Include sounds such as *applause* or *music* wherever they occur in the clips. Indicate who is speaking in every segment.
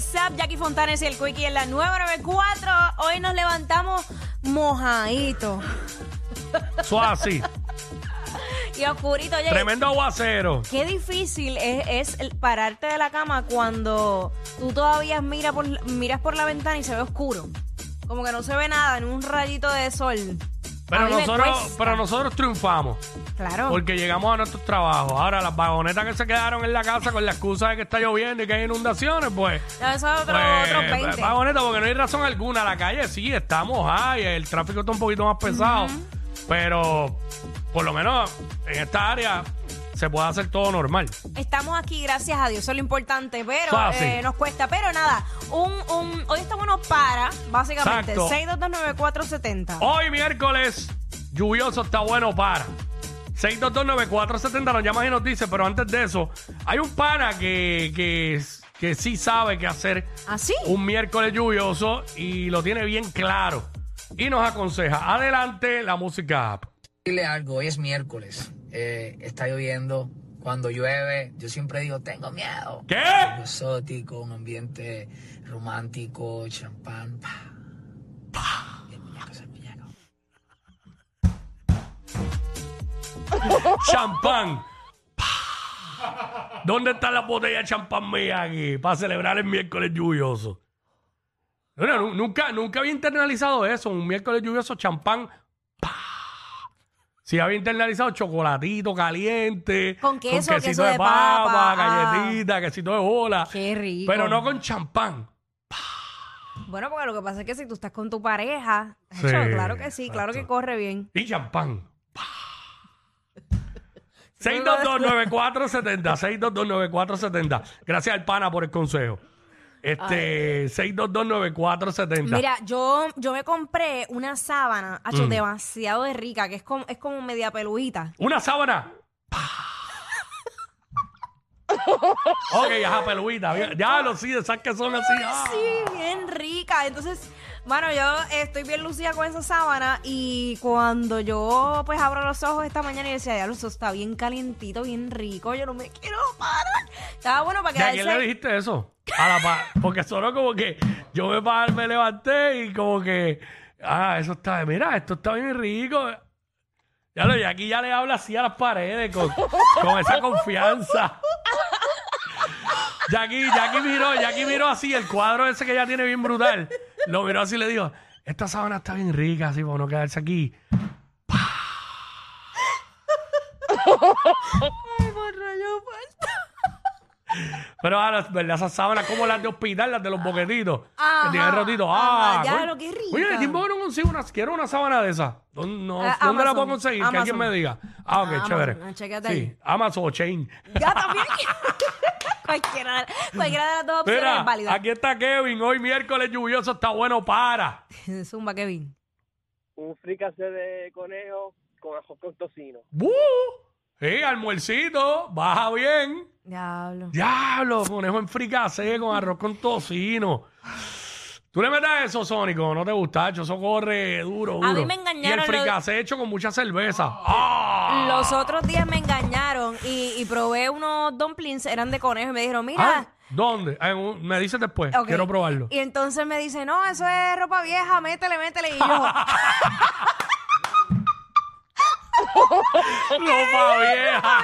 Speaker 1: WhatsApp, Jackie Fontanes y el Quickie en la 994. Hoy nos levantamos mojaditos *laughs*
Speaker 2: Suazi.
Speaker 1: y oscurito. Oye,
Speaker 2: Tremendo aguacero.
Speaker 1: Qué difícil es, es el pararte de la cama cuando tú todavía mira por, miras por la ventana y se ve oscuro. Como que no se ve nada, ni un rayito de sol. A
Speaker 2: Pero
Speaker 1: mí me
Speaker 2: nosotros,
Speaker 1: cuesta. Oh.
Speaker 2: pero nosotros triunfamos
Speaker 1: Claro.
Speaker 2: porque llegamos a nuestros trabajos. Ahora, las vagonetas que se quedaron en la casa con la excusa de que está lloviendo y que hay inundaciones, pues.
Speaker 1: No, eso es otro,
Speaker 2: pues,
Speaker 1: otro 20.
Speaker 2: vagoneta, porque no hay razón alguna. La calle sí está mojada y el tráfico está un poquito más pesado. Pero por lo menos en esta área se puede hacer todo normal.
Speaker 1: Estamos aquí, gracias a Dios, eso es lo importante, pero
Speaker 2: Ah, sí.
Speaker 1: eh, nos cuesta. Pero nada, un, un, hoy estamos unos para, básicamente,
Speaker 2: Exacto.
Speaker 1: 6229470.
Speaker 2: Hoy miércoles, lluvioso está bueno para. 6229470 nos llamas y nos dice, pero antes de eso, hay un pana que, que, que sí sabe qué hacer
Speaker 1: ¿Ah, sí?
Speaker 2: un miércoles lluvioso y lo tiene bien claro. Y nos aconseja, adelante la música app.
Speaker 3: decirle algo, hoy es miércoles, eh, está lloviendo, cuando llueve yo siempre digo, tengo miedo.
Speaker 2: ¿Qué?
Speaker 3: Algo exótico, un ambiente romántico, champán. pa. El muñeco es el muñeco.
Speaker 2: champán. ¿Dónde están las botellas de champán mías aquí para celebrar el miércoles lluvioso? Bueno, nu- nunca, nunca había internalizado eso, un miércoles lluvioso, champán. Si había internalizado chocolatito caliente,
Speaker 1: Con queso,
Speaker 2: quesito
Speaker 1: queso
Speaker 2: de,
Speaker 1: de
Speaker 2: papa,
Speaker 1: papa, ah.
Speaker 2: galletita, quesito de bola,
Speaker 1: Qué rico.
Speaker 2: pero no con champán.
Speaker 1: Bueno, porque lo que pasa es que si tú estás con tu pareja,
Speaker 2: Sí,
Speaker 1: hecho, claro que sí, claro que
Speaker 2: exacto.
Speaker 1: corre bien.
Speaker 2: y champán.
Speaker 1: *laughs*
Speaker 2: 6229470, 6229470. Gracias al pana por el consejo. Este, 6229470.
Speaker 1: Mira, yo, yo me compré una sábana,
Speaker 2: Mm.
Speaker 1: hecho, demasiado de rica, que es como, es como media peluita.
Speaker 2: Una sábana.
Speaker 1: *laughs*
Speaker 2: ok, ajá, peluita. bien. Ya lo sí, de esas que son así. ah.
Speaker 1: Sí, bien rica. Entonces, bueno, yo estoy bien lucida con esa sábana y cuando yo pues abro los ojos esta mañana y decía, ya eso está bien calientito, bien rico, yo no me quiero parar. Estaba bueno para
Speaker 2: ¿Y a quién le
Speaker 1: quedarse.
Speaker 2: dijiste eso? A la pa- porque solo como que yo me, pa- me levanté y como que, ah, eso está, mira, esto está bien rico. Ya lo, y aquí ya le habla así a las paredes con, con esa confianza. Jackie, Jackie miró, Jackie miró así el cuadro ese que ella tiene bien brutal. Lo miró así y le dijo, esta sábana está bien rica, así por no quedarse aquí.
Speaker 1: Ay, por rayo, pues.
Speaker 2: Pero ahora, ¿verdad? Esas sábanas como las de hospital, las de los boquetitos.
Speaker 1: Ajá,
Speaker 2: que tienen rotitos.
Speaker 1: ajá,
Speaker 2: Ah,
Speaker 1: ya,
Speaker 2: coño.
Speaker 1: lo que es rica.
Speaker 2: Oye, el tiempo que no consigo una, quiero una sábana de esas. ¿Dónde, no-
Speaker 1: Ah,
Speaker 2: ¿dónde la
Speaker 1: Amazon,
Speaker 2: puedo conseguir? Que alguien
Speaker 1: Amazon.
Speaker 2: me diga. Ah, ok,
Speaker 1: Amazon,
Speaker 2: chévere.
Speaker 1: ah, chécate
Speaker 2: sí,
Speaker 1: ahí.
Speaker 2: Amazon o Chain.
Speaker 1: Ya también. *laughs* cualquiera, cualquiera de las dos opciones
Speaker 2: Mira,
Speaker 1: es válida.
Speaker 2: aquí está Kevin. Hoy miércoles lluvioso está bueno para.
Speaker 1: Zumba, Kevin.
Speaker 4: un fricase de conejo con ajo con tocino.
Speaker 2: ¡Bú! Sí, almuercito, baja bien.
Speaker 1: Diablo.
Speaker 2: Diablo, conejo en fricase con arroz con tocino. Tú le metas eso, Sónico, no te gusta, hecho, eso corre duro, duro.
Speaker 1: A mí me
Speaker 2: Y el
Speaker 1: engañaron los-
Speaker 2: fricase hecho con mucha cerveza. ¡Ah!
Speaker 1: Los otros días me engañaron y, y probé unos dumplings, eran de conejo, y me dijeron, mira,
Speaker 2: Ah, ¿Dónde? En un- me dices después,
Speaker 1: Ok.
Speaker 2: Ah, quiero probarlo.
Speaker 1: Y entonces me dice, no, eso es ropa vieja, métele, métele.
Speaker 2: *laughs*
Speaker 1: Y yo,
Speaker 2: *laughs* ¡Ropa vieja!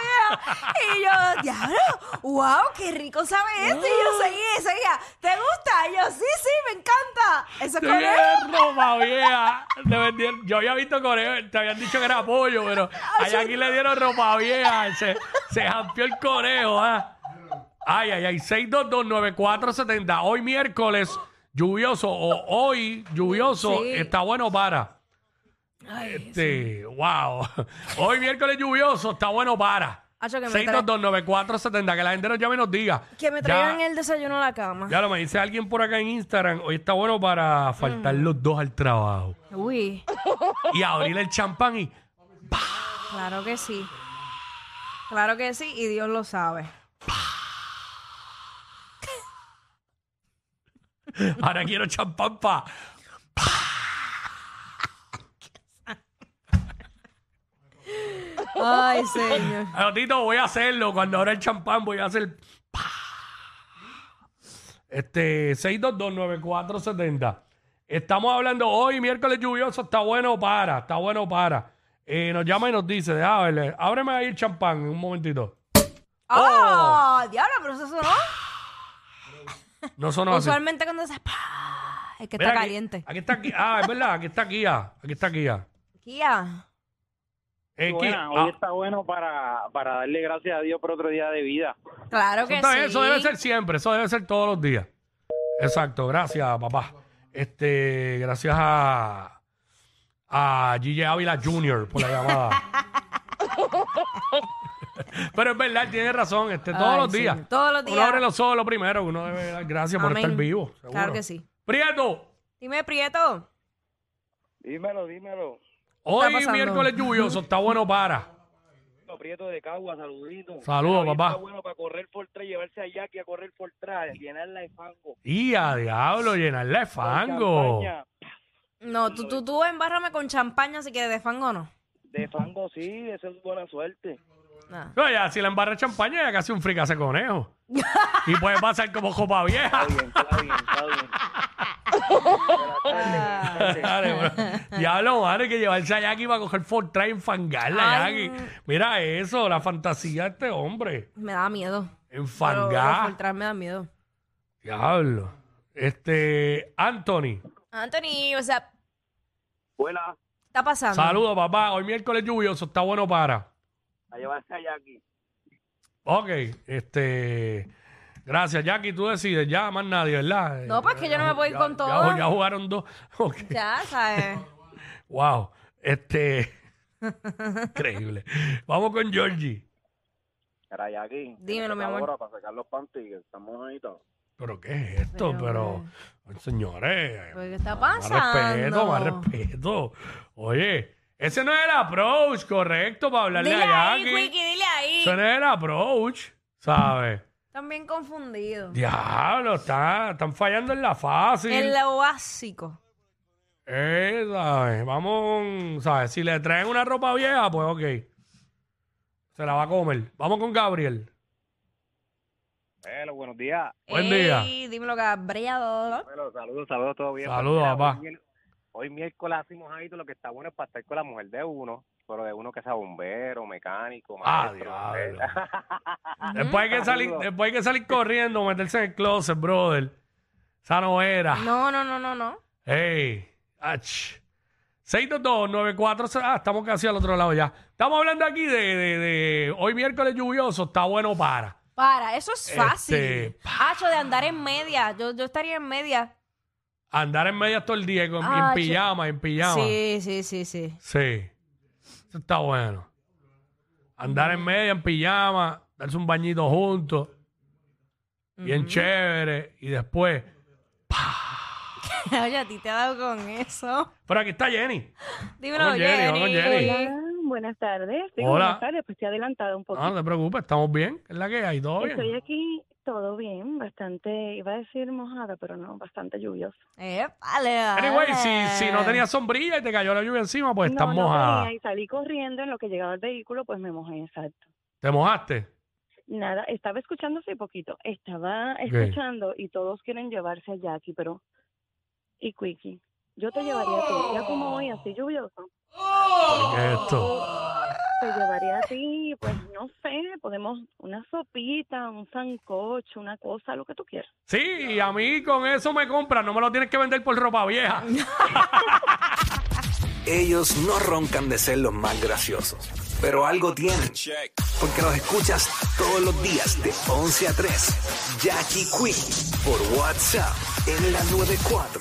Speaker 1: y yo, diablo, wow, qué rico sabe esto. Y
Speaker 2: Ah.
Speaker 1: yo seguía, y seguía, ¿te gusta? Y yo, sí, sí, me encanta. Eso es
Speaker 2: Te
Speaker 1: con él.
Speaker 2: vendieron ropa vieja. Te vendieron- Yo había visto conejo, te habían dicho que era pollo, pero allá aquí le dieron ropa vieja. Se, se jampió el conejo, ¿ah? Ay, ay, ay. 6229470. Hoy miércoles, lluvioso, o hoy, lluvioso,
Speaker 1: Sí.
Speaker 2: está bueno para. Este, wow. Hoy miércoles lluvioso, está bueno para.
Speaker 1: Acho, que me
Speaker 2: 6229470, que la gente nos llame y nos diga.
Speaker 1: Que me
Speaker 2: Ya-
Speaker 1: traigan el desayuno a la cama.
Speaker 2: ya lo me dice alguien por acá en Instagram, hoy está bueno para faltar
Speaker 1: Mm.
Speaker 2: los dos al trabajo.
Speaker 1: Uy,
Speaker 2: Y abrir el champán y *laughs*
Speaker 1: claro que sí. Claro que sí, y Dios lo
Speaker 2: *laughs*
Speaker 1: sabe.
Speaker 2: ahora quiero champán pa. Oh,
Speaker 1: Ay, señor.
Speaker 2: Ay, Tito, voy a hacerlo. Cuando abra el champán voy a hacer. pa. Este, 6229470. Estamos hablando hoy, miércoles lluvioso, está bueno para, está bueno para. Eh, nos llama y nos dice, déjame verle, ábreme ahí el champán un momentito.
Speaker 1: ¡Oh! Diablo, pero eso sonó.
Speaker 2: Ah, No sonó así.
Speaker 1: Usualmente cuando se. ¡Pah! Es que
Speaker 2: Mira,
Speaker 1: está
Speaker 2: aquí-
Speaker 1: caliente.
Speaker 2: Aquí está Kia. Ah, es verdad, aquí está Kia. Aquí está Kia.
Speaker 1: Kia.
Speaker 2: Eh, Kia,
Speaker 4: Buena,
Speaker 2: ah,
Speaker 4: hoy está bueno para, para darle gracias a Dios por otro día de vida.
Speaker 1: Claro que
Speaker 2: Eso, está
Speaker 1: sí.
Speaker 2: bien, eso debe ser siempre, eso debe ser todos los días. Exacto, gracias, papá. Este, gracias a a Gigi Ávila Jr. por
Speaker 1: *laughs*
Speaker 2: la llamada. Pero es verdad, tiene razón, este, todos
Speaker 1: Ay,
Speaker 2: los
Speaker 1: sí,
Speaker 2: días.
Speaker 1: todos los
Speaker 2: Uno
Speaker 1: días.
Speaker 2: abre los ojos lo primero, uno debe dar gracias por
Speaker 1: Amén.
Speaker 2: estar vivo. seguro.
Speaker 1: Claro que sí.
Speaker 2: Prieto,
Speaker 1: Dime, Prieto.
Speaker 4: Dímelo, dímelo.
Speaker 2: hoy
Speaker 1: pasando?
Speaker 2: miércoles lluvioso, está bueno para.
Speaker 4: Prieto de Cagua, saludito.
Speaker 2: Saludos,
Speaker 4: Hoy
Speaker 2: papá.
Speaker 4: Está bueno para correr por tres, llevarse a Jackie a correr por tres, llenarla de fango.
Speaker 2: Y a diablo, llenarle de
Speaker 4: Con
Speaker 2: fango.
Speaker 4: champaña.
Speaker 1: No, tú, tú, tú embárrame con champaña si quieres de fango o no.
Speaker 4: De fango, sí, eso es buena suerte.
Speaker 1: Nada.
Speaker 2: No, ya, si la embarra champaña, ya casi un fricase conejo. y puede pasar como copa vieja.
Speaker 4: Está bien, está bien, está bien.
Speaker 1: Ah,
Speaker 4: Buenas tardes, buenas
Speaker 2: *laughs*
Speaker 4: tardes.
Speaker 2: Dale, bro. Diablo, madre, que llevarse a Jackie para coger Fortran y enfangarla,
Speaker 1: Ay.
Speaker 2: Jackie. Mira eso, la fantasía de este hombre.
Speaker 1: Me da miedo. Pero los
Speaker 2: Enfangar.
Speaker 1: Fortran me da miedo.
Speaker 2: Diablo. Este, Anthony.
Speaker 1: Anthony, o sea,
Speaker 4: Buena,
Speaker 1: ¿qué está pasando?
Speaker 2: Saludos, papá. Hoy miércoles lluvioso, está bueno para.
Speaker 4: a llevarse a Jackie.
Speaker 2: Ok, este. Gracias, Jackie. Tú decides, ya, más nadie, ¿verdad?
Speaker 1: No, pues que yo no me puedo ir
Speaker 2: Ya-
Speaker 1: con
Speaker 2: ya-
Speaker 1: todo.
Speaker 2: Ya jugaron dos. *laughs* Ok.
Speaker 1: Ya,
Speaker 2: *laughs*
Speaker 1: ¿sabes?
Speaker 2: Wow, este. *laughs* Increíble. Vamos con Georgie.
Speaker 4: Era Jackie.
Speaker 1: Dímelo, mi amor.
Speaker 4: Ahora para sacar los panties, que estamos mojaditos.
Speaker 2: ¿Pero qué es esto? Pero,
Speaker 1: Pero,
Speaker 2: señores.
Speaker 1: ¿Pero Pues, qué está
Speaker 2: Más respeto,
Speaker 1: pasando?
Speaker 2: más respeto. Oye, ese no es el approach correcto para hablarle
Speaker 1: Dile
Speaker 2: a
Speaker 1: ahí,
Speaker 2: Jackie.
Speaker 1: Quickie, dile ahí.
Speaker 2: Ese no es el approach, ¿sabes?
Speaker 1: Están bien confundidos.
Speaker 2: Diablo, está- están fallando en la fácil.
Speaker 1: En lo básico.
Speaker 2: Eh, ¿sabes? Vamos, ¿sabes? Si le traen una ropa vieja, pues ok. Se la va a comer. Vamos con Gabriel.
Speaker 4: Bueno, buenos días.
Speaker 2: Buen
Speaker 1: Ey,
Speaker 2: día.
Speaker 1: Dímelo, Gabriel.
Speaker 4: Bueno, saludos, saludos, todo bien.
Speaker 2: Saludos,
Speaker 4: Mira,
Speaker 2: papá.
Speaker 4: Hoy, miér- hoy miércoles hacemos ahí lo que está bueno es para estar con la mujer de uno, pero de uno que sea bombero, mecánico,
Speaker 2: Ah,
Speaker 4: maestro.
Speaker 2: diablo. después, hay que salir,
Speaker 4: Saludos.
Speaker 2: después hay que salir corriendo, meterse en el closet, brother. Esa no era.
Speaker 1: No, no, no, no, no.
Speaker 2: Hey, ach. 622-94. Ah, estamos casi al otro lado ya. Estamos hablando aquí de, de- de hoy miércoles lluvioso, está bueno para.
Speaker 1: Para, eso es fácil.
Speaker 2: Este,
Speaker 1: Hacho, de andar en media. Yo, yo estaría en media.
Speaker 2: Andar en medias todo el día con-
Speaker 1: Ah,
Speaker 2: en
Speaker 1: yo-
Speaker 2: pijama, en pijama.
Speaker 1: Sí, sí, sí, sí. *laughs*
Speaker 2: Sí. Eso está bueno. Andar en media, en pijama, darse un bañito juntos. Bien chévere. Y después.
Speaker 1: Oye, a ti te ha dado con eso.
Speaker 2: Pero aquí está Jenny.
Speaker 1: Dímelo,
Speaker 2: Vamos, Jenny, vamos, Jenny.
Speaker 5: Hola, buenas tardes. Sí,
Speaker 2: Hola.
Speaker 5: Buenas tardes, pues estoy adelantada un
Speaker 2: No,
Speaker 5: poquito.
Speaker 2: no te preocupes, estamos bien. Es la que hay, todo
Speaker 5: Estoy
Speaker 2: Ah, bien.
Speaker 5: aquí, todo bien, bastante, iba a decir mojada, pero no, bastante lluvioso.
Speaker 1: Épale,
Speaker 2: Anyway,
Speaker 1: dale.
Speaker 2: si, si no tenías sombrilla y te cayó la lluvia encima, pues
Speaker 5: Ah. no,
Speaker 2: estás
Speaker 5: no
Speaker 2: mojada.
Speaker 5: tenía, y salí corriendo en lo que llegaba el vehículo, pues me mojé, exacto.
Speaker 2: ¿Te mojaste?
Speaker 5: Nada, estaba escuchando hace poquito, estaba escuchando y todos quieren llevarse a Jackie, pero, y Quickie, yo te llevaría a ti, ya como hoy así lluvioso,
Speaker 2: ¿Qué es esto?
Speaker 5: te llevaría a ti, pues no sé, podemos una sopita, un sancocho, una cosa, lo que tú quieras.
Speaker 2: Sí, y a mí con eso me compras, no me lo tienes que vender por ropa vieja.
Speaker 6: Ellos no roncan de ser los más graciosos, pero algo tienen, porque los escuchas todos los días de 11 a 3. Jackie Quinn por WhatsApp en la 94.